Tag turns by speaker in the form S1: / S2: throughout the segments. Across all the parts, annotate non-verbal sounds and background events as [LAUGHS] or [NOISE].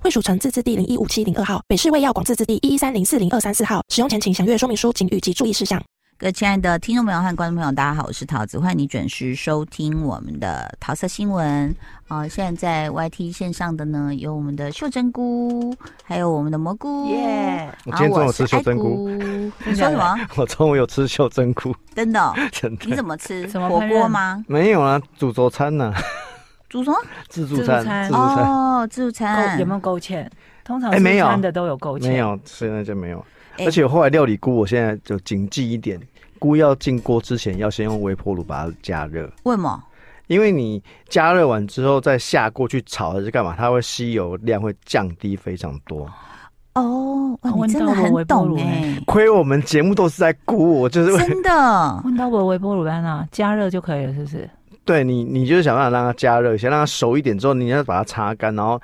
S1: 惠蜀城自治地零一五七零二号，北市卫药广自治地一一三零四零二三四号。使用前请详阅说明书警语及注意事项。
S2: 各位亲爱的听众朋友和观众朋友，大家好，我是桃子，欢迎你准时收听我们的桃色新闻。啊、现在在 YT 线上的呢，有我们的秀珍菇，还有我们的蘑
S3: 哦
S2: 菇。
S4: 耶
S2: 啊！
S5: 我今天中午吃秀珍菇
S2: 我
S3: [LAUGHS]
S2: 是爱菇。你说什么？
S5: [LAUGHS] 我中午有吃秀珍菇， [LAUGHS]
S2: 真
S3: [LAUGHS]
S2: 的哦、
S5: 真的
S2: 你怎么吃？
S3: 怎么
S2: 火
S3: 烹饪
S2: 锅吗？
S5: 没有啊？煮粥
S2: [LAUGHS]
S5: 餐呢、
S2: 煮什么？
S5: 自
S3: 自助
S5: 助餐，自助餐、
S2: 哦，自助餐
S3: 够有没有勾芡？通常
S5: 哎没
S3: 吃
S5: 有
S3: 餐的都有
S2: 哦
S3: 勾芡，
S5: 没有，所以那就没有。
S2: 哎
S5: 而且我后来料理菇，我现在就谨记一点，菇要进锅之前要先用微波炉把它加热，
S2: 为什么？
S5: 因为你加热完之后再下锅去炒还是干嘛，它会吸油量会降低非常多。
S2: 哦，哇，
S3: 问
S2: 你真的
S3: 到我
S2: 很
S3: 微波
S2: 懂
S3: 炉
S2: 哎、
S5: 亏我们节目都是在菇，我 [LAUGHS] 就是为
S2: 真的。哦
S3: 问到我微波炉安啊，加热就可以了，是不是？
S5: 对你，你就是想办法让它加热一下，让它熟一点之后，你要把它擦干，然后。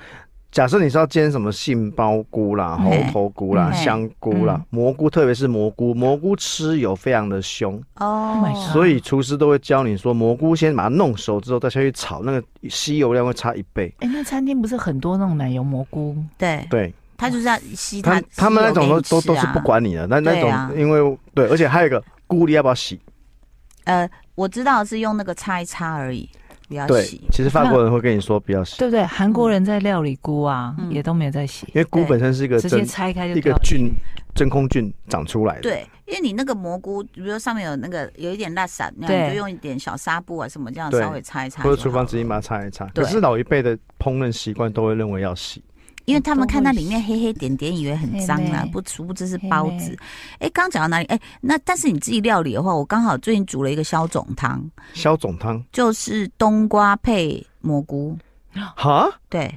S5: 假设你是要煎什么杏鲍菇啦、
S2: 嗯
S5: 猴头菇啦、
S2: 嗯
S5: 香菇啦
S3: 嗯、
S5: 蘑菇，特别是蘑菇，蘑菇吃油非常的凶，
S2: 哦
S3: Oh my god
S5: 所以厨师都会教你说，蘑菇先把它弄熟之后再下去炒，那个吸油量会差一倍。
S3: 哎，那餐厅不是很多那种奶油蘑菇？
S2: 对，
S5: 对
S2: 他就是要吸它
S5: 他，
S2: 吸
S5: 他们那种
S2: 油
S5: 都
S2: 给你
S5: 都
S2: 吃
S5: 都是
S2: 啊
S5: 不管你的，那那
S2: 对啊
S5: 种因为对，而且还有一个菇粒要不要洗？
S2: 呃，我知道是用那个擦一擦而已，不要
S5: 对
S2: 洗。，
S5: 其实法国
S2: [LAUGHS]
S5: 人会跟你说不要洗，
S3: 对不对？韩国人在料理菇啊，
S2: 嗯
S3: 也都没有在洗，
S5: 因为菇
S2: 对
S5: 本身是一个
S3: 直接
S5: 真
S3: 拆开就
S5: 一个
S3: 掉进去
S5: 菌真空菌长出来的。
S2: 对，因为你那个蘑菇，比如说上面有那个有一点辣散，那样
S3: 对
S2: 你就用一点小纱布啊什么这样
S5: 对
S2: 稍微擦一擦就好
S5: 或
S2: 了。
S5: 者厨房纸巾把它擦一擦。
S2: 对
S5: 可是老一辈的烹饪习惯都会认为要洗，
S2: 因为他们看到里面黑黑点点，以为很脏啦
S3: 嘿，
S2: 不殊不知是包
S3: 嘿
S2: 子
S3: 嘞。
S2: 哎，刚讲到哪里？哎，那但是你自己料理的话，我刚好最近煮了一个消肿汤，
S5: 消肿汤
S2: 就是冬瓜配蘑菇，
S5: 哈，
S2: 对。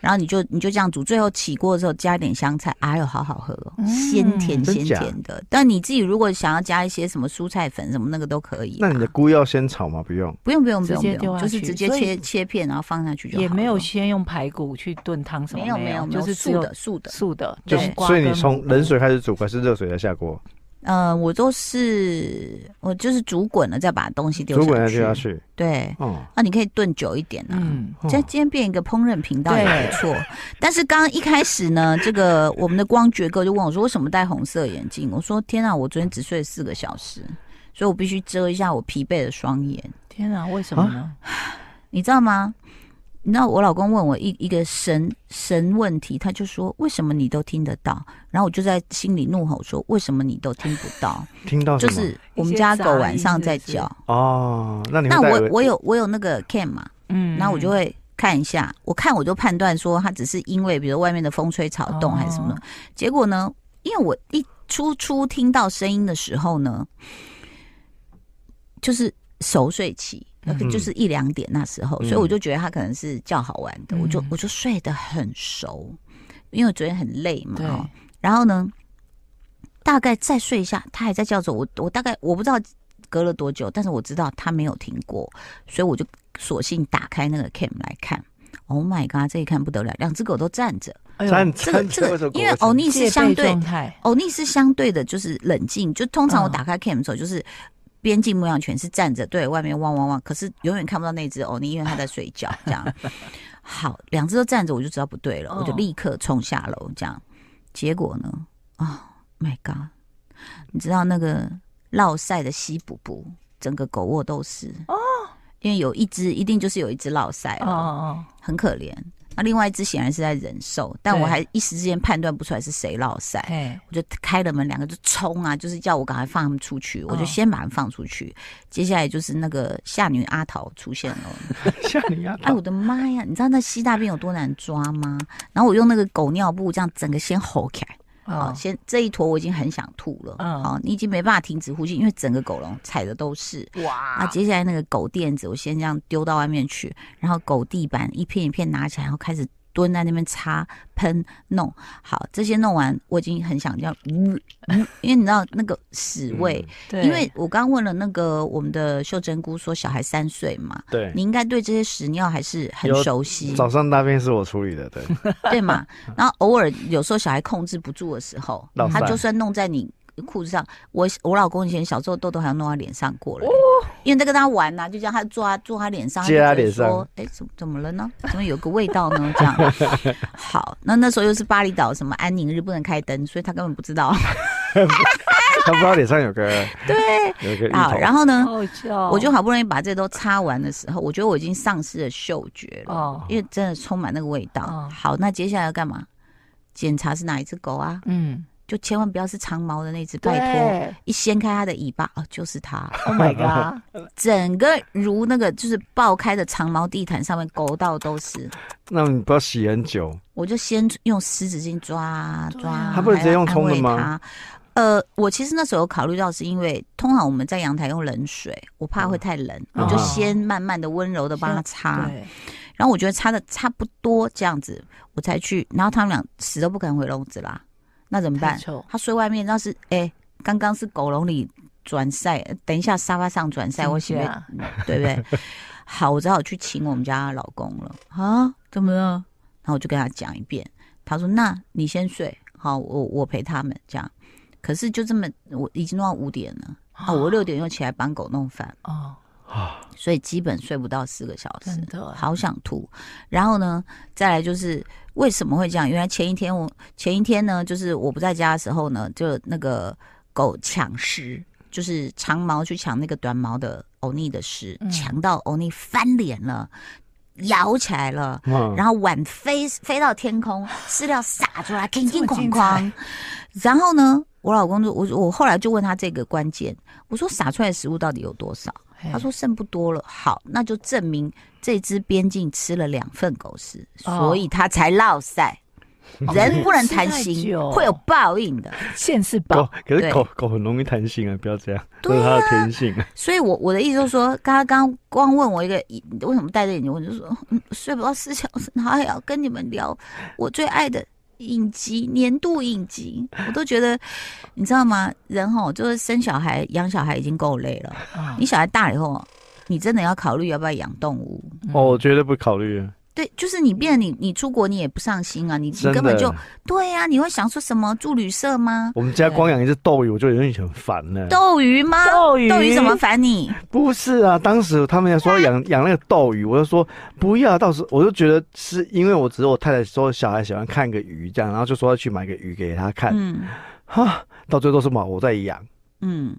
S2: 然后你就你就这样煮，最后起锅的时候加一点香菜，哎呦，好好喝哦，鲜甜
S5: 嗯
S2: 鲜
S5: 真假
S2: 甜的。但你自己如果想要加一些什么蔬菜粉什么那个都可以啊。
S5: 那你的菇要先炒吗？不用，
S2: 不用不用不
S3: 直
S2: 用不
S3: 接
S2: 用，
S3: 丢下
S2: 就是
S3: 去
S2: 直接
S3: 所以
S2: 切切片，然后放下去就好了。
S3: 也没有先用排骨去炖汤什么，
S2: 没有没有没
S3: 就
S2: 有
S3: 是只
S2: 素
S3: 有
S2: 的素的。
S3: 素的，
S5: 就
S2: 对
S5: 是
S3: 冬瓜
S5: 所以你
S3: 跟
S5: 从
S3: 蘑
S2: 嗯
S3: 菇
S5: 冷水开始煮，还是热水再下锅？
S2: 呃，我都是我就是煮滚了，再把东西丢
S5: 煮滚
S2: 上
S5: 再
S2: 去。
S5: 丢下去。
S2: 对，
S5: 哦，
S2: 那你可以炖久一点啊。
S3: 嗯，
S5: 哦
S2: 今今天变一个烹饪频道也
S3: 对
S2: 不错，但是刚刚一开始呢，这个我们的光觉哥就问我说，为什么戴红色眼镜？我说天啊，我昨天只睡了四个小时，所以我必须遮一下我疲惫的双眼。
S3: 天啊，为什么呢？
S2: 你知道吗？你知道我老公问我一一个神神问题，他就说为什么你都听得到？然后我就在心里怒吼说为什么你都听不到？
S5: 听哦到什
S2: 就
S5: 么
S2: 是我们家狗晚上在
S3: 一些杂
S2: 叫，
S5: 哦，那你会
S2: 那
S5: 戴
S2: 我
S5: 耳
S2: 我有我有那个 cam 嘛，
S3: 嗯
S2: 然后我就会看一下，我看我就判断说它只是因为比如外面的风吹草动还是什么的
S3: 哦
S2: 结果呢，因为我一初初听到声音的时候呢，就是熟睡期，
S3: 嗯
S5: [LAUGHS]
S2: 就是一两点那时候，
S5: 嗯
S2: 所以我就觉得他可能是叫好玩的，
S3: 嗯
S2: 我就我就睡得很熟，因为我昨天很累嘛
S3: 对，
S2: 哦然后呢，大概再睡一下，他还在叫着我，我大概我不知道隔了多久，但是我知道他没有停过，所以我就索性打开那个 cam 来看。Oh my god！这一看不得了，两只狗都站着。
S3: 哎呦
S5: 站
S2: 这个
S5: 站
S2: 这
S5: 着为什
S2: 个
S5: 么，
S2: 因为哦
S5: 国
S2: 欧
S5: 文 [LAUGHS]
S2: 尼
S3: 戒
S2: 是
S3: 备
S2: 相对
S3: 状态，
S2: 欧尼是哦相对的，就是冷静。就通常我
S3: 嗯
S2: 打开 cam 的时候，就是边境牧羊犬是站着对外面汪汪汪，可是永远看不到那只欧尼，因为它在睡觉。这
S3: [LAUGHS]
S2: 样，好，两只都站着，我就知道不对了，
S3: 嗯
S2: 我就立刻冲下楼。这样，结果呢？啊、m y God！你知道那个落晒的西补补，整个狗窝都是哦，因为有一只一定就是有一只落晒
S3: 哦
S2: 了。
S3: 哦，
S2: 很可怜。那另外一只显然是在忍受，但
S3: 对
S2: 我还一时之间判断不出来是谁落
S3: 哦
S2: 塞，
S3: 嘿，
S2: 我就开了门，两个就冲啊，就是叫我赶快放他们出去，我就
S3: 嗯
S2: 先把他们放出去。接下来就是那个夏女阿桃出现了，
S5: 像你啊，
S2: 哎，我的妈呀！你知道那吸大便有多难抓吗？然后我用那个狗尿布这样整个先吼起来，好、
S3: 哦，
S2: 啊先这一坨我已经很想吐了，
S3: 嗯
S2: 好、你已经没办法停止呼吸，因为整个狗笼踩的都是，啊，
S3: 哇，
S2: 接下来那个狗垫子，我先这样丢到外面去，然后狗地板一片一片拿起来，然后开始蹲在那边擦喷弄。好，这些弄完，我已经很想要，嗯嗯， [LAUGHS] 因为你知道那个屎
S5: 嗯
S2: 味，
S3: 嗯对，
S2: 因为我刚问了那个我们的秀珍姑说小孩三岁嘛，
S5: 对
S2: 你应该对这些屎尿还是很
S5: 有
S2: 熟悉，
S5: 早上大便是我处理的，对， [LAUGHS]
S2: 对嘛？然后偶尔有时候小孩控制不住的时候
S5: 嗯老，
S2: 他
S5: 三
S2: 就算弄在你裤子上，我我老公以前小时候痘痘还要弄他脸上过
S5: 哦
S2: 了，因为在跟他玩啊呐、就叫他坐他坐他脸上，
S5: 接
S2: 就
S5: 他
S2: 觉得
S5: 脸上
S2: 说，哎，怎么怎么了呢？怎么有个味道呢？ [LAUGHS] 这样，好，那那时候又是巴厘岛什么安宁日不能开灯，所以他根本不知
S5: [LAUGHS]
S2: 道。
S5: 他不知道脸上有个
S2: [LAUGHS] 对，
S5: 有一个芋
S2: 好，
S5: 头哦
S2: 然后呢，
S3: 好笑，
S2: 我就好不容易把这都擦完的时候，我觉得我已经丧失了嗅觉了，
S3: 哦，
S2: 因为真的充满那个味道。
S3: 哦
S2: 好，那接下来要干嘛？检查是哪一只狗啊？
S3: 嗯，
S2: 就千万不要是长毛的那只，拜托！一掀开它的尾巴，哦，就是它，
S3: 托，Oh
S5: [LAUGHS]
S3: my god，
S2: 整个如那个就是爆开的长毛地毯上面勾到都是。
S5: 那你不要洗很久，
S2: 我就先用湿纸巾抓
S3: 对啊
S2: 抓，
S5: 它不能直接用冲的吗
S2: 还要安慰它？呃，我其实那时候有考虑到，是因为通常我们在阳台用冷水，我怕会太冷，
S5: 嗯
S2: 我就先慢慢的、温柔的帮它擦。
S3: 啊对，
S2: 然后我觉得擦的差不多这样子，我才去。然后他们俩死都不肯回笼子啦，那怎么办
S3: 太臭？
S2: 他睡外面，那是哎，诶刚刚是狗笼里转晒，呃等一下沙发上转晒，我喜
S3: 是
S2: 欢，
S3: 啊，
S2: 对不对？好，我只好去请我们家老公了啊，怎么了？然后我就跟他讲一遍，他说：“那你先睡，好，我我陪他们这样。”可是就这么，我已经弄到五点了啊，我六点又起来帮狗弄饭，
S3: 哦，
S2: 所以基本睡不到四个小时
S3: 真。的，
S2: 好想吐。然后呢，再来就是为什么会这样？原来前一天我前一天呢，就是我不在家的时候呢，就那个狗抢食，就是长毛去抢那个短毛的欧尼的食，
S3: 嗯
S2: 抢到欧尼翻脸了，咬起来了。
S5: 嗯，
S2: 然后碗飞飞到天
S3: [LAUGHS]
S2: 空，饲料洒出来，叮叮
S3: 这
S2: 哐
S3: 么精
S2: 哐
S3: 彩。
S2: 然后呢，我老公就我我后来就问他这个关键，我说洒出来的食物到底有多少？
S3: 嘿
S2: 他说剩不多了，好，那就证明这只边境吃了两份狗食，
S3: 哦
S2: 所以他才落赛。人不能贪
S3: 吃太
S2: 心，
S3: 久
S2: 会有报应的。
S3: 现世
S5: 狗
S3: 宝，
S5: 可
S2: 对
S5: 是狗狗很容易贪心啊，不要这样，这
S2: 对
S5: 是
S2: 啊
S5: 它的天性。
S2: 所以我我的意思就是说，刚刚光问我一个为什么戴着眼镜，我就说、嗯、睡不到四小时，然后还要跟你们聊我最爱的影集年度影集，我都觉得你知道吗？人吼就是生小孩养小孩已经够累了，
S3: 啊
S2: 你小孩大了以后，你真的要考虑要不要养动物。
S5: 哦，我绝对不考虑，
S2: 对，就是你变得你你出国你也不上心啊，你你
S5: 真
S2: 根本
S5: 的。
S2: 就对啊呀、你会想说什么住旅社吗？
S5: 我们家光养一只斗鱼，我就已经很烦了。
S2: 斗鱼吗？
S3: 斗鱼
S2: 斗鱼怎么烦你？
S5: 不是啊，当时他们说养养那个斗鱼，我就说不要，到时我就觉得是因为我只是我太太说小孩喜欢看个鱼这样，然后就说要去买个鱼给他看，
S2: 嗯
S5: 哈，到最后都是嘛我在养，
S2: 嗯，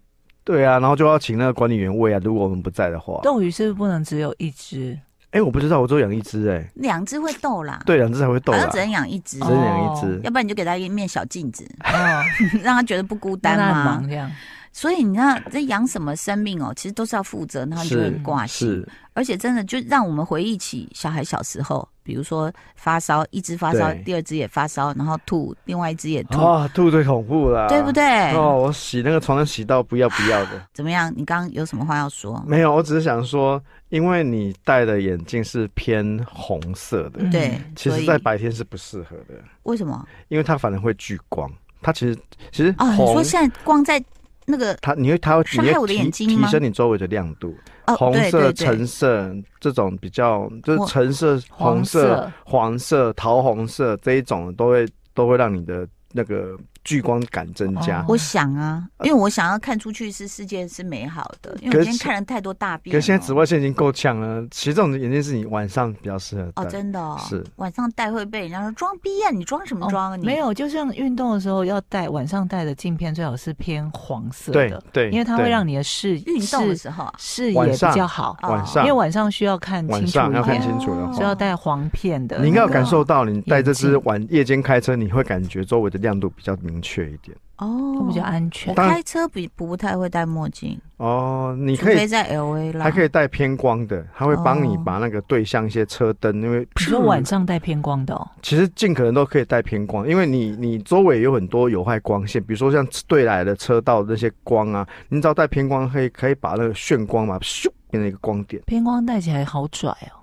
S5: 对啊，然后就要请那个管理员喂啊，如果我们不在的话，
S3: 斗鱼是不是不能只有一只？
S5: 哎、我不知道，我只有养一只哎、
S2: 两只会斗啦，
S5: 对，两只才会斗
S2: 好
S5: 啦
S2: 像，只能养一只
S5: 只，
S3: 哦
S5: 能养一只，
S2: 要不然你就给他一面小镜子， [LAUGHS]
S3: [LAUGHS] 哦，
S2: 让他觉得不孤单
S3: 那
S2: 嘛
S3: 很忙。这样，
S2: 所以你看，这养什么生命哦，其实都是要负责，然后你就会
S5: 是
S2: 挂心。
S5: 是，
S2: 而且真的就让我们回忆起小孩小时候，比如说发烧，一只发烧，
S5: 对
S2: 第二只也发烧，然后吐，另外一只也吐，
S5: 啊，吐最恐怖啦，
S2: 对不？对？
S5: 哦，我洗那个床单洗到不要不要的。
S2: 怎么样？你刚刚有什么话要说？
S5: 没有，我只是想说，因为你戴的眼镜是偏红色的，
S3: 嗯
S2: 对，
S5: 其
S2: 所
S5: 实
S2: 以
S5: 在白天是不适合的，
S2: 为什么？
S5: 因为它反而会聚光。它其实其实
S2: 哦，你
S5: 红，
S2: 说现在光在那个
S5: 它你会它会
S2: 伤
S5: 你
S2: 害我
S5: 会
S2: 的
S5: 提
S2: 眼睛
S5: 提
S2: 吗
S5: 升你周围的亮度，
S2: 哦，
S5: 红
S2: 对
S5: 色、
S2: 对
S5: 橙
S2: 对，
S5: 色这种比较就
S2: 我
S5: 是橙色、红
S3: 黄
S5: 色、
S3: 色
S5: 黄色、桃红色这一种都会都会让你的那个聚光感增加
S3: 哦。
S2: 我想啊，因为我想要看出去是世界是美好的，因为我
S5: 呃可
S2: 今天
S5: 是
S2: 看了太多大
S5: 可
S2: 便了。哦
S5: 是现在紫外线已经够呛了，其实这种眼镜是你晚上比较适合戴。
S2: 哦，真的哦，
S5: 是
S2: 晚上戴会被人家说装逼啊，你装什么装啊？你
S3: 哦没有，就像运动的时候要戴，晚上戴的镜片最好是偏黄色
S5: 对
S3: 的，
S5: 对，
S3: 因为它会
S5: 对
S3: 让你的视
S2: 运动的
S3: 视
S2: 时候啊，
S3: 视野
S5: 晚
S3: 比
S5: 上
S3: 较好，
S2: 哦
S5: 晚
S3: 因
S5: 上
S3: 为晚上需要看清
S5: 晚
S3: 楚
S5: 上
S3: 一
S5: 要看
S3: 点，
S5: 清楚的
S3: 所以要
S5: 话，
S3: 戴黄片的。
S5: 你应该有
S3: 那个
S5: 感受到，你戴这只
S3: 眼镜
S5: 晚夜间开车，你会感觉周围的亮度比较明确一点。
S2: 哦
S3: 会比较安全
S2: 我。
S5: 当然
S2: 开车比不太会戴墨镜，
S5: 哦，你
S2: 除
S5: 可
S2: 非
S5: 以
S2: 在 L A 啦。
S5: 还可以戴偏光的，它会帮你
S3: 哦
S5: 把那个对向一些车灯，因为嗯
S3: 你说晚上戴偏光的哦，
S5: 其实尽可能都可以戴偏光，因为你你周围有很多有害光线，比如说像对来的车道那些光啊，你只要戴偏光可以可以把那个眩光嘛，咻变成一个光点。
S3: 偏光戴起来好拽哦。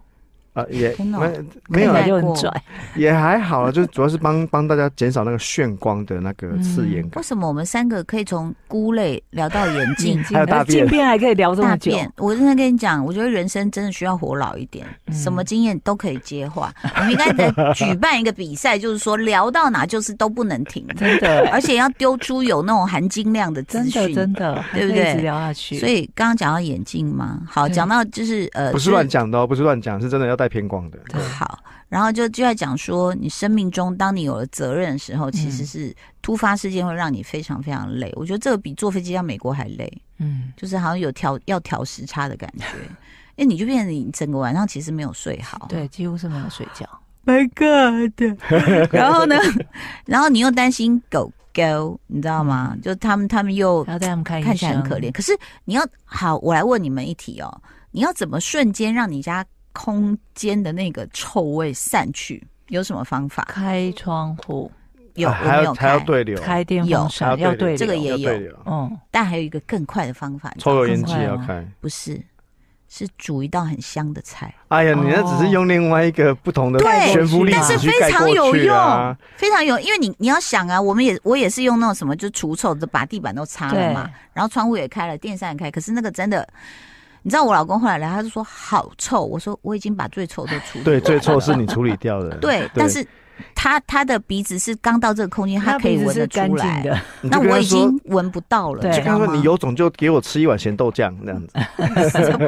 S5: 啊，也
S2: 天哪
S5: 没没有啊
S2: 看
S5: 啦
S2: 起来
S6: 就很拽，
S5: [LAUGHS] 也还好了，就主要是帮帮大家减少那个眩光的那个刺眼感
S2: 为。什么我们三个可以从菇类聊到眼镜？
S5: 还有大便
S6: 镜片还可以聊这
S2: 大
S6: 么久，
S2: 便，我真的跟你讲，我觉得人生真的需要活老一点，
S3: 嗯
S2: 什么经验都可以接话。我们应该
S3: [LAUGHS]
S2: 得举办一个比赛，就是说聊到哪就是都不能停，
S3: 真 [LAUGHS] 的，
S2: 而且要丢出有那种含金量的资
S3: 真的
S2: 讯。
S3: 真 [LAUGHS] 的，还可以
S2: 对不对
S3: 一直聊下去，
S2: 所以刚刚讲到眼镜嘛，好，
S3: 对
S2: 讲到就是呃，
S5: 不
S2: 就是
S5: 乱讲的哦，不是乱讲，是真的要带偏光的。
S2: 好，然后就就在讲说，你生命中当你有了责任的时候，其实
S3: 嗯
S2: 是突发事件会让你非常非常累。我觉得这个比坐飞机到美国还累，
S3: 嗯，
S2: 就是好像有调要调时差的感觉。 [LAUGHS] 因为你就变成你整个晚上其实没有睡好，
S3: 对，几乎是没有睡觉，
S2: ，My God！然 [LAUGHS] 后呢，然后你又担心狗狗，你知道吗？就他们他们又
S3: 还要带他们看医
S2: 哦
S3: 生，
S2: 看起来很可怜。，可是你要好，我来问你们一题哦，你要怎么瞬间让你家空间的那个臭味散去？有什么方法？
S3: 开窗户、
S2: 有
S5: 啊
S2: 我
S5: 还
S2: 没
S5: 要
S2: 有
S5: 还要
S2: 开，
S5: 对流，
S3: 开电风
S5: 还要
S3: 扇，要
S5: 啊对
S3: 对
S5: 流
S2: 这个
S3: 流
S2: 也
S5: 要
S2: 有
S5: 对流，
S3: 嗯，
S2: 但还有一个更快的方法，你知道
S5: 抽
S2: 吗
S5: 油烟机
S3: 更快
S5: 也要
S3: 吗
S5: 开。
S2: 不是，是煮一道很香的菜，
S5: 哎呀，你那只是用另外一个不同的悬浮粒
S2: 哦但
S5: 子
S2: 是
S5: 去
S2: 非
S5: 盖
S2: 常
S5: 过
S2: 有
S5: 去
S2: 用，
S5: 啊。
S2: 非常有，因为你你要想啊，我们也我也是用那种什么，就除臭的，把地板都擦了
S3: 对
S2: 嘛，然后窗户也开了，电扇也开，可是那个真的。你知道我老公后来来，他就说好臭。我说我已经把最臭都除掉了。
S5: 对，最臭是你处理掉的。
S2: 对，但是他他的鼻子是刚到这个空间，他
S3: 那
S2: 可以
S3: 鼻子
S2: 闻得
S3: 是干
S2: 出来
S3: 净。的，
S5: [LAUGHS] 你
S2: 那
S5: 就跟
S2: 我
S5: 他
S2: 已
S5: 说，
S2: 经闻不到了，
S3: 对
S2: 你
S5: 就
S2: 知
S5: 跟他
S2: 道吗
S5: 说你有种就给我吃一碗咸豆浆这样子。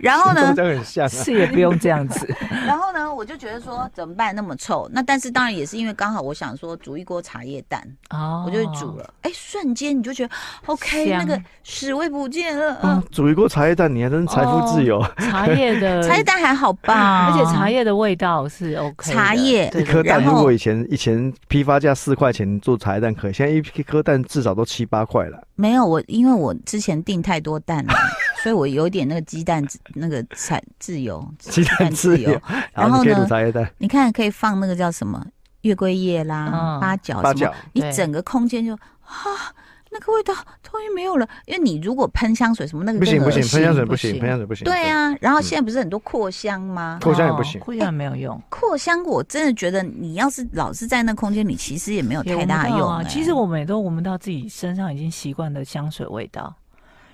S2: 然后呢
S5: [LAUGHS] 咸，豆浆很像啊。
S3: 是也不用这样子，
S2: 然后呢，我就觉得说怎么办那么臭？那但是当然也是因为刚好我想说煮一锅茶叶蛋，
S3: 哦，
S2: 我就煮了。哎，瞬间你就觉得 OK，那
S3: 香
S2: 个屎味不见了。
S5: 啊
S2: 嗯，
S5: 煮一锅茶叶蛋，你还真财富自
S2: 哦
S5: 由。
S3: [LAUGHS] 茶叶的
S2: 茶叶蛋还好吧？
S3: 嗯而且茶叶的味道是 OK，的
S2: 茶叶
S5: 一
S3: 对
S5: 颗
S3: 对
S5: 蛋
S2: 然后
S5: 如果以前以前批发价四块钱做茶叶蛋可以，现在一颗蛋至少都七八块了。
S2: 没有我，因为我之前订太多蛋了。所以我有点那个鸡蛋自那个产自由，
S5: 鸡蛋自
S2: 哦
S5: 由，
S2: 然
S5: 好
S2: 后
S5: 你可以
S2: 呢
S5: 煮茶叶蛋，
S2: 你看可以放那个叫什么月桂叶啦、
S3: 嗯
S2: 八角
S5: 八
S2: 哦什么
S5: 角，
S2: 你
S3: 对
S2: 整个空间就啊，那个味道终于没有了。因为你如果喷香水什么那个
S5: 不行
S2: 更
S5: 不行
S2: 恶，心
S5: 喷香水不
S3: 不
S5: 行，
S3: 行
S5: 喷香水不行。嗯
S2: 对，啊，然后现在不是很多扩香吗？
S5: 扩香也不行
S3: 哦扩香也没有用，
S2: 扩香我真的觉得你要是老是在那空间里，其实也没有
S3: 也
S2: 太
S3: 闻不
S2: 大
S3: 到
S2: 用、
S3: 啊。
S2: 欸
S3: 其实我们也都闻不到自己身上已经习惯的香水味道。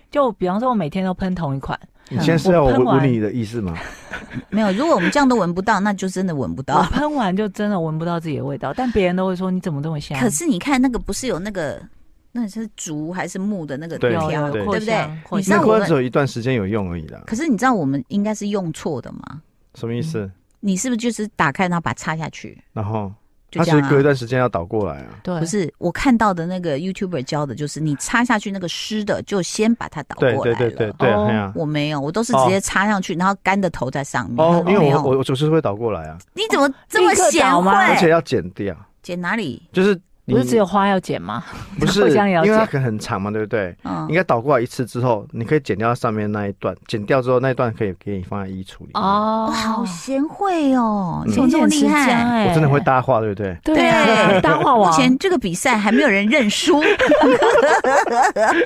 S3: 就比方说，我每天都喷同一款，
S5: 你现在是
S2: 嗯
S5: 要
S3: 我
S5: 我
S3: 喷完
S5: 问你的意思吗？
S2: 没有，如果我们这样都闻不到，那就真的闻不
S3: 我
S2: 到。
S3: 喷完就真的闻不到自己的味道，但别人都会说你怎么这么
S2: [LAUGHS]
S3: 香？
S2: 可是你看那个不是有那个那是竹还是木的那个
S5: 对
S3: 有
S2: 条
S3: 有，
S2: 对
S3: 有
S5: 对
S3: 扩
S2: 不
S3: 香
S2: 对，
S3: 扩
S2: 你知
S5: 那
S2: 道
S3: 香
S2: 我
S5: 扩
S2: 们
S5: 香只有一段时间有用而已啦，
S2: 可是你知道我们应该是用错的吗？
S5: 什么意
S2: 嗯
S5: 思？
S2: 你是不是就是打开然后把它插下去？
S5: 然后
S2: 就
S5: 它
S2: 这
S5: 其
S2: 样
S5: 实
S2: 啊
S5: 隔一段时间要倒过来啊。
S3: 对，
S2: 不是，我看到的那个 YouTuber 教的就是你插下去那个湿的，就先把它倒过
S5: 对
S2: 来了。
S5: 对对对对，
S3: 哦
S5: 哎呀。
S2: 我没有，我都是直接插上去，然后干的头在上面。
S5: 哦，因为
S2: 嗯没
S5: 我
S2: 有
S5: 我我就是会倒过来啊，
S2: 你怎么这么
S3: 立刻
S2: 贤
S3: 倒
S2: 惠
S3: 吗？
S5: 而且要剪掉，
S2: 剪哪里？
S5: 就是你
S3: 不是只有花要剪吗？
S2: [LAUGHS]
S5: 不是，
S3: 藿
S5: 因
S3: 香也要
S5: 为它
S3: 剪
S5: 可能很长嘛，对不对？
S2: 嗯
S5: 应，该倒过来一次之后，你可以剪掉上面那一段，剪掉之后那一段可以给你放在衣橱里面。
S2: 哇，
S3: 哦，
S2: 好贤惠哦，
S5: 嗯
S2: 你怎么这么厉
S3: 勤俭持家
S2: 害？
S3: 哎
S5: 我真的会搭话，对不
S2: [LAUGHS]
S5: 对？
S3: 对啊，大话
S2: 目
S3: 王。
S2: 前这个比赛还没有人认输。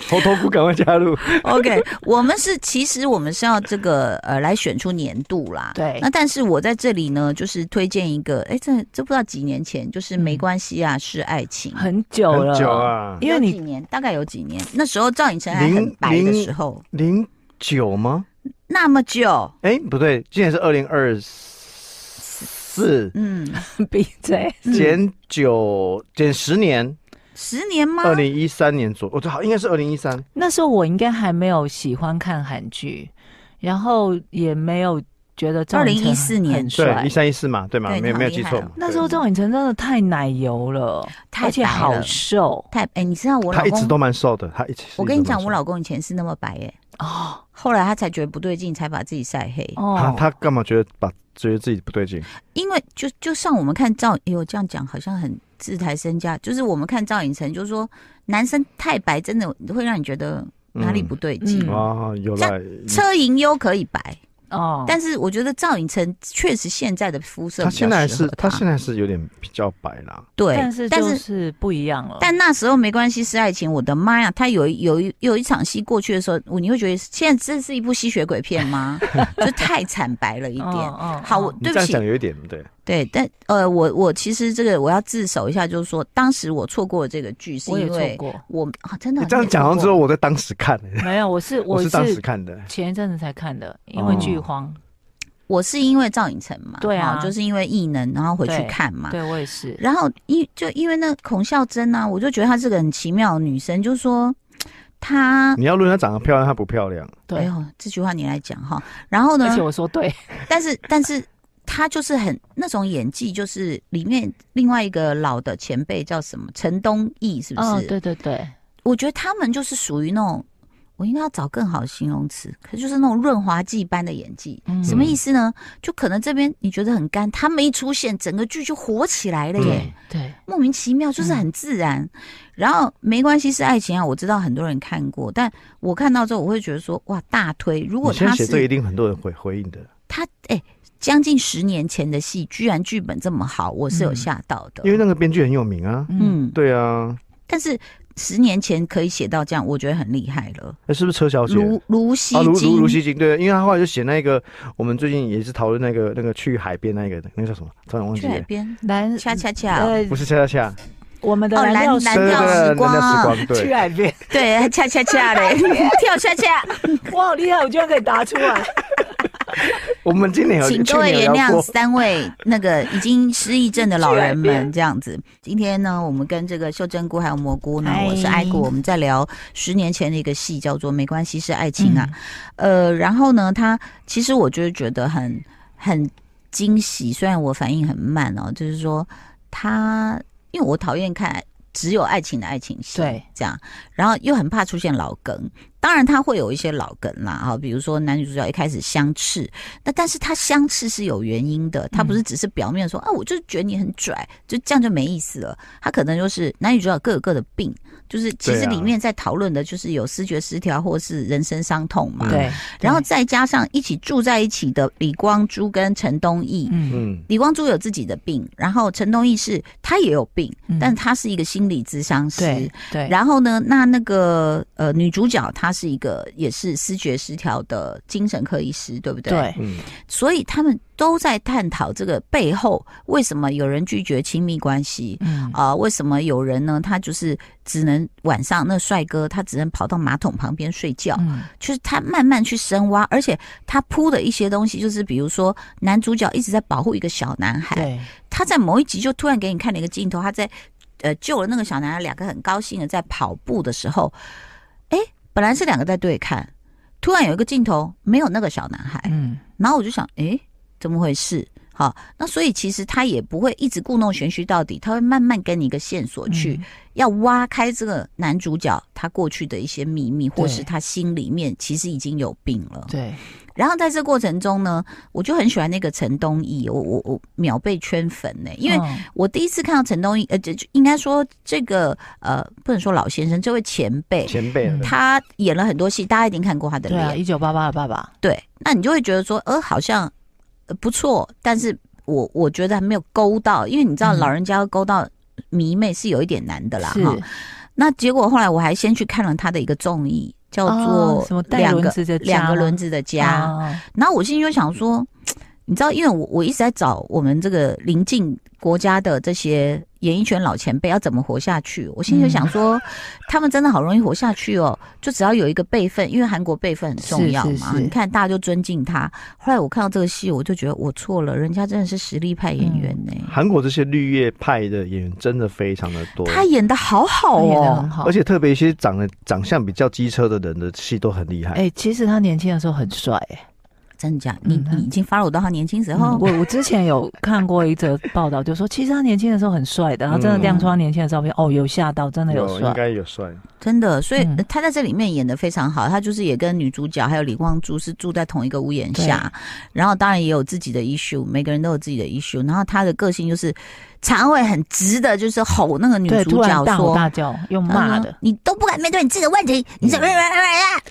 S5: 偷偷不赶快加入，
S2: OK，我们是其实我们是要这个呃来选出年度啦。
S3: 对
S2: 那但是我在这里呢，就是推荐一个，哎，这这不知道几年前，就是没关系啊，是爱情。
S3: 很久
S5: 很
S3: 了，
S5: 久啊，
S3: 因为
S2: 有
S3: 你
S2: 几年大概有几年，那时候赵寅成还很
S5: 零
S2: 白的
S5: 零
S2: 时候，
S5: 零九吗？
S2: 那么久，
S5: 哎，不对，今年是二零二四，
S2: 嗯，
S3: 闭嘴。
S5: 减九减十年，
S2: 十年吗？
S5: 二零一三年左，我最好应该是二零一三。
S3: 那时候我应该还没有喜欢看韩剧，然后也没有觉得赵寅成
S2: 2014年
S3: 很
S5: 对，
S3: 帅
S5: 一。三一四嘛，对嘛，
S2: 对
S5: 没
S2: 你
S5: 有
S2: 好
S5: 没有
S2: 厉
S5: 记
S2: 害
S5: 错
S2: 哦
S5: 嘛。
S3: 那时候赵寅成真的太奶油了，
S2: 太
S3: 而且
S2: 白
S3: 好
S2: 了
S3: 瘦
S2: 太哎，你知道我
S5: 他
S2: 老
S5: 一直
S2: 公，
S5: 都蛮瘦的，他一直。
S2: 我跟你讲，
S5: 一直都蛮瘦
S2: 我老公以前是那么白哎，
S3: 哦
S2: 后来他才觉得不对劲，才把自己晒黑。
S5: 他
S3: 哦，
S5: 他干嘛觉得把觉得自己不对劲？
S2: 因为就就像我们看赵，哎呦这样讲好像很自抬身价，就是我们看赵寅成，就是说男生太白真的会让你觉得哪里不对劲。
S3: 嗯
S5: 啊？有了，
S2: 车银优可以白，
S3: 哦，
S2: 但是我觉得赵寅成确实现在的肤色
S5: 他
S2: 比较
S5: 现在
S2: 适
S5: 是
S2: 合
S5: 他现在是有点比较白啦，
S2: 对，
S3: 但是
S2: 但
S3: 就是是不一样了。嗯
S2: 但那时候没关系，是爱情。我的妈呀，他有一有一有一场戏过去的时候，我你会觉得现在这是一部吸血鬼片吗？ [LAUGHS] 就太惨白了一
S3: 一
S2: 点。
S3: 嗯
S2: 好，我
S5: 哦你
S2: 对
S5: 这
S2: 不
S5: 样
S2: 起
S5: 讲，有一点对。
S2: 对，但呃，我我其实这个我要自首一下，就是说当时我错过这个剧，是
S3: 我也
S2: 因
S3: 错
S2: 为 [LAUGHS]
S3: 过，
S2: 我啊，真的
S5: 你这样讲完之后，，我在当时看，
S3: 没有，我是
S5: [LAUGHS] 我
S3: 是
S5: 是当时看的。
S3: 前一阵子才看的，
S2: 哦
S3: 因为剧荒。
S2: 我是因为赵寅成嘛，
S3: 对啊
S2: 哦就是因为异能，然后回去
S3: 对
S2: 看嘛，
S3: 对我也是，
S2: 然后因就因为那孔孝真呢、啊我就觉得她是个很奇妙的女生，就是说她，
S5: 你要论她长得漂亮，她不漂亮，
S2: 哎
S3: 嗯对，
S2: 呦，这句话你来讲哈。然后呢
S3: 而，且我说对，
S2: 但是但是她就是很那种演技，就是里面另外一个老的前辈叫什么陈东义，是不是？
S3: 哦，对对对，
S2: 我觉得他们就是属于那种，我应该要找更好的形容词，可就是那种润滑剂般的演技。
S3: 嗯
S2: 什么意思呢？就可能这边你觉得很干，他们一出现，整个剧就火起来了耶。
S5: 嗯
S3: 对，
S2: 莫名其妙，就是很自然。然后没关系，是爱情啊，我知道很多人看过，但我看到之后，我会觉得说，哇，大推！如果
S5: 你先
S2: 他
S5: 写这个一
S2: 是
S5: 定很多人回回应的，
S2: 他，哎、将近十年前的戏，居然剧本这么好，我是有
S3: 嗯
S2: 吓到的。
S5: 因为那个编剧很有名啊。
S3: 嗯，
S2: 嗯，
S5: 对啊，
S2: 但是十年前可以写到这样，我觉得很厉害了。
S5: 那是不是车小姐？
S2: 卢卢锡
S5: 啊，卢卢
S2: 金
S5: 卢，西金，对，因为他后来就写那个，我们最近也是讨论那个那个去海边那个那个叫什么，突然忘记
S2: 去海
S5: 了，
S2: 边，
S3: 蓝
S2: 恰恰哦恰，
S3: 呃
S5: 不是恰恰恰，
S3: 我们的
S2: 哦，蓝
S3: 调
S2: 蓝
S5: 对对
S2: 调时
S5: 对蓝调时
S2: 光，
S5: 光，
S2: [LAUGHS]
S3: 去
S5: 对，
S3: 海边，
S2: 对， [LAUGHS] 恰恰恰嘞， [LAUGHS] 跳恰恰。
S3: 我好厉害，我居然可以答
S2: [LAUGHS]
S3: 出来，
S5: 我们今年有
S2: 请
S5: 去
S2: 各位
S5: 年
S2: 原
S5: 有聊
S2: 谅
S5: 过，
S2: 三位那个已经失忆症的老人们这样子。今天呢，我们跟这个秀珍菇还有蘑菇呢
S3: 嗨，
S2: 我是艾菇，我们在聊十年前的一个戏，叫做《没关系是爱情》啊。呃，然后呢，他其实我就是觉得很很惊喜，虽然我反应很慢哦，就是说他，因为我讨厌看。只有爱情的爱情戏，
S3: 对，
S2: 这样，然后又很怕出现老梗，当然他会有一些老梗啦，哈，比如说男女主角一开始相斥，那但是他相斥是有原因的，他不
S3: 嗯
S2: 是只是表面说、啊，我就是觉得你很拽，就这样就没意思了。他可能就是男女主角各有各的病，就是其实
S5: 对啊
S2: 里面在讨论的就是有视觉失调或是人生伤痛嘛。
S5: 嗯
S3: 对，
S2: 然后再加上一起住在一起的李光洙跟陈东义，
S3: 嗯
S5: 嗯，
S2: 李光洙有自己的病，然后陈东义是他也有病，
S3: 嗯
S2: 但他是一个心理咨商师。
S3: 对对，
S2: 然后呢，那那个呃女主角她是一个也是视觉失调的精神科医师，对不对？
S3: 对
S5: 嗯，
S2: 所以他们都在探讨这个背后为什么有人拒绝亲密关系。
S3: 嗯
S2: 啊、为什么有人呢？他就是只能晚上那帅哥，他只能跑到马桶旁边睡觉，
S3: 嗯
S2: 就是他慢慢去深挖，而且他铺的一些东西，就是比如说男主角一直在保护一个小男孩，
S3: 对
S2: 他在某一集就突然给你看了一个镜头，他在呃救了那个小男孩，两个很高兴的在跑步的时候，哎，本来是两个在对看，突然有一个镜头没有那个小男孩，
S3: 嗯
S2: 然后我就想，诶，怎么回事？好，那所以其实他也不会一直故弄玄虚到底，他会慢慢跟你一个线索去，
S3: 嗯
S2: 要挖开这个男主角他过去的一些秘密，或
S3: 对
S2: 是他心里面其实已经有病了。
S3: 对
S2: 然后在这过程中呢，我就很喜欢那个陈东义，我我我秒被圈粉呢、因为
S3: 嗯
S2: 我第一次看到陈东义，呃，这应该说这个呃，不能说老先生，这位前辈，
S5: 前辈了啊
S3: 嗯，
S2: 他演了很多戏，大家一定看过他的
S3: 对啊，
S2: 脸，
S3: 一九八八的爸爸，
S2: 对，那你就会觉得说，呃，好像、呃、不错，但是我我觉得还没有勾到，因为你知道
S3: 嗯
S2: 老人家要勾到迷妹是有一点难的啦，
S3: 是
S2: 哈。那结果后来我还先去看了他的一个综艺，叫做
S3: 哦什么带
S2: 两
S3: 轮
S2: 个
S3: 子的
S2: 两
S3: 家
S2: 个轮
S3: 吗
S2: 子的家，
S3: 哦
S2: 然后我心里就想说，你知道，因为我我一直在找我们这个邻近国家的这些演艺圈老前辈要怎么活下去。我心里就想说，
S3: 嗯
S2: [LAUGHS] 他们真的好容易活下去哦，就只要有一个辈分，因为韩国辈分很重要嘛。
S3: 是是是
S2: 你看大家就尊敬他。后来我看到这个戏，我就觉得我错了，人家真的是实力派演员呢、
S5: 韩国这些绿叶派的演员真的非常的多，
S2: 他演的好好
S3: 嗯他演的
S2: 哦
S3: 很，好，
S5: 而且特别一些长得长相比较机车的人的戏都很厉害。
S3: 哎，其实他年轻的时候很帅，哎，
S2: 真的假的？你
S3: 嗯他
S2: 你已经 follow 到他年轻时
S3: 嗯
S2: 候，
S3: 我我之前有看过一则报道，就说其实他年轻的时候很帅的，然后真的
S5: 嗯
S3: 亮出他年轻的照片，哦，有吓到，真的有帅
S5: 应，该有帅，
S2: 真的，所以
S3: 嗯
S2: 呃他在这里面演的非常好，他就是也跟女主角还有李光洙是住在同一个屋檐下，然后当然也有自己的 issue，每个人都有自己的 issue，然后他的个性就是常会很直的，就是吼那个女
S3: 对，
S2: 主
S3: 突然
S2: 角
S3: 大吼
S2: 说。
S3: 大叫，用
S2: 他
S3: 骂
S2: 说
S3: 的，嗯
S2: 你都不敢面对你自己的问题，你怎么？ [LAUGHS]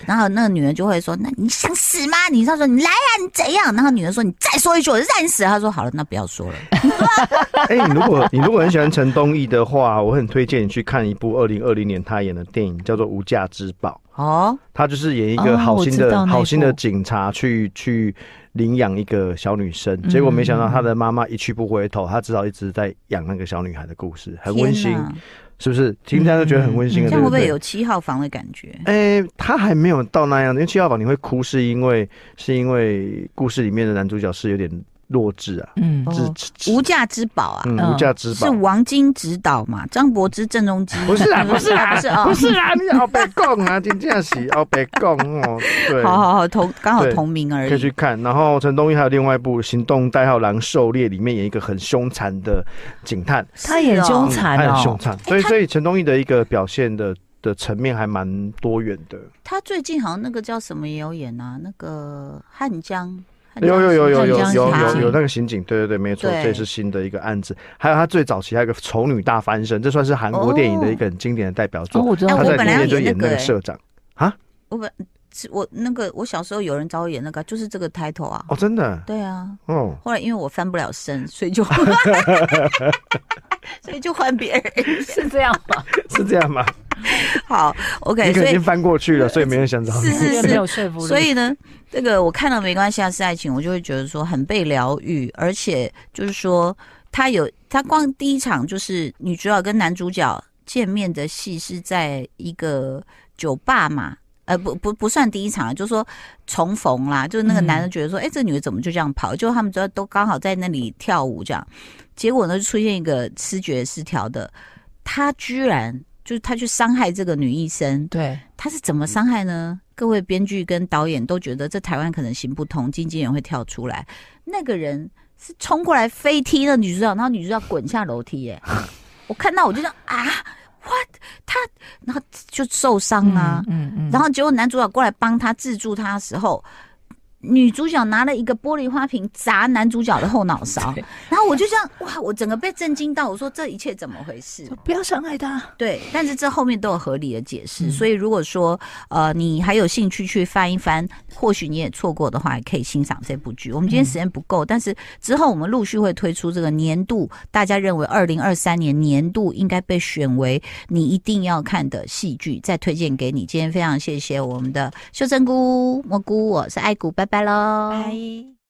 S2: 然后那个女人就会说：“那你想死吗？”你他说：“你来呀、啊你怎样？”然后女人说：“你再说一句，我就让你死。”他说：“好了，那不要说了。
S5: [LAUGHS] 哎、你如果你如果很喜欢陈东义的话，我很推荐你去看一部二零二零年他演的电影，叫做《无价之宝》。”
S2: 哦，
S5: 他就是演一个
S3: 哦
S5: 好心
S3: 我知
S5: 的、
S3: 道那一部
S5: 好心的警察去去领养一个小女生，
S3: 嗯
S5: 结果没想到他的妈妈一去不回头，他只好一直在养那个小女孩的故事，很温馨
S2: 天，哪
S5: 是不是？听起来就觉得很温馨
S3: 嗯
S5: 了，
S2: 这
S5: 对
S2: 样会
S5: 不
S2: 不会
S5: 对
S2: 有？七号房的感觉？
S5: 哎、他还没有到那样，因为七号房你会哭，是因为是因为故事里面的男主角是有点弱智啊，
S3: 嗯，
S5: 智
S2: 哦
S5: 智
S2: 无价之宝啊，
S5: 嗯
S3: 嗯
S5: 无价之
S2: 是
S5: 宝。
S2: 王晶执导嘛？张柏芝、郑中基
S5: 不是
S2: [LAUGHS]
S5: 啊，
S2: 不
S5: 不是啊，
S2: 不是哦
S5: 不是啊，你好白讲啊，真正是好白讲哦，对，
S2: 好好好，同刚好
S5: 对
S2: 同名而
S5: 可以去
S2: 已。
S5: 看。然后陈东一还有另外一部《行动代号狼狩猎》，里面演一个很凶残的警探，
S3: 他也
S2: 是哦哎
S3: 凶
S5: 嗯
S3: 残
S5: 他很凶
S3: 哦，
S5: 残。所以，
S2: 他
S5: 所以陈东一的一个表现的的层面还蛮多元的。
S2: 他最近好像那个叫什么也有演啊，那个汉江。汉
S5: 有
S2: 江啊
S5: 有有有有
S3: 汉江
S5: 有
S3: 刑
S5: 有
S3: 警
S5: 有那个刑警，对对对，没错，
S2: 对
S5: 这也是新的一个案子。还有他最早期还有一个《丑女大翻身》，这算是韩国电影的一个很经典的代表
S3: 哦，
S5: 作。
S3: 我知
S2: 哎
S3: 道
S5: 他
S2: 我
S5: 在
S2: 本
S5: 里
S2: 来要
S5: 面就
S2: 演那
S5: 演那
S2: 个
S5: 个
S2: 欸
S5: 社长
S2: 我本是我那个我小时候有人找我演那个，就是这个 title 啊。
S5: 哦，真的
S2: 对啊，
S5: 哦。
S2: 后来因为我翻不了身，所以就 [LAUGHS] 所以就换别人。
S3: 是这样吗？
S5: [LAUGHS] 是这样吗？
S2: 好，OK，
S5: 你可
S2: 所
S5: 能已经
S2: 以
S5: 翻过去了，所以没人想找
S2: [LAUGHS]
S5: 你。
S2: 是是
S3: [LAUGHS] 也没
S2: 是
S3: 有。说服力，
S2: 所以呢，这个我看了没关系啊，是爱情，我就会觉得说很被疗愈，而且就是说他有他光第一场就是女主角跟男主角见面的戏是在一个酒吧嘛，呃，不不不算第一场，啊就是说重逢啦，就是那个
S3: 嗯
S2: 男的觉得说，哎、这女的怎么就这样跑？就他们都都刚好在那里跳舞这样，结果呢就出现一个视觉失调的，他居然就是他去伤害这个女医生，
S3: 对，
S2: 他是
S3: 嗯
S2: 怎么伤害呢？各位编剧跟导演都觉得这台湾可能行不通，经纪人会跳出来。那个人是冲过来飞踢了女主角，然后女主角滚下楼梯、
S3: [LAUGHS]
S2: 耶！我看到我就想啊，what？他然后就受伤啊。
S3: 嗯嗯，，
S2: 然后结果男主角过来帮他制住他的时候，女主角拿了一个玻璃花瓶砸男主角的后脑勺
S3: 对
S2: 然后我就这样哇，我整个被震惊到，我说这一切怎么回事？
S3: 不要伤害他，
S2: 对，但是这后面都有合理的解释，
S3: 嗯
S2: 所以如果说呃你还有兴趣去翻一翻，或许你也错过的话，也可以欣赏这部剧。我们今天时间不够，但是之后我们陆续会推出这个年度大家认为二零二三年年度应该被选为你一定要看的戏剧，再推荐给你。今
S4: 哦
S2: 天非常谢谢我们的秀珍菇蘑菇，我是爱谷，拜拜喽，
S3: 拜。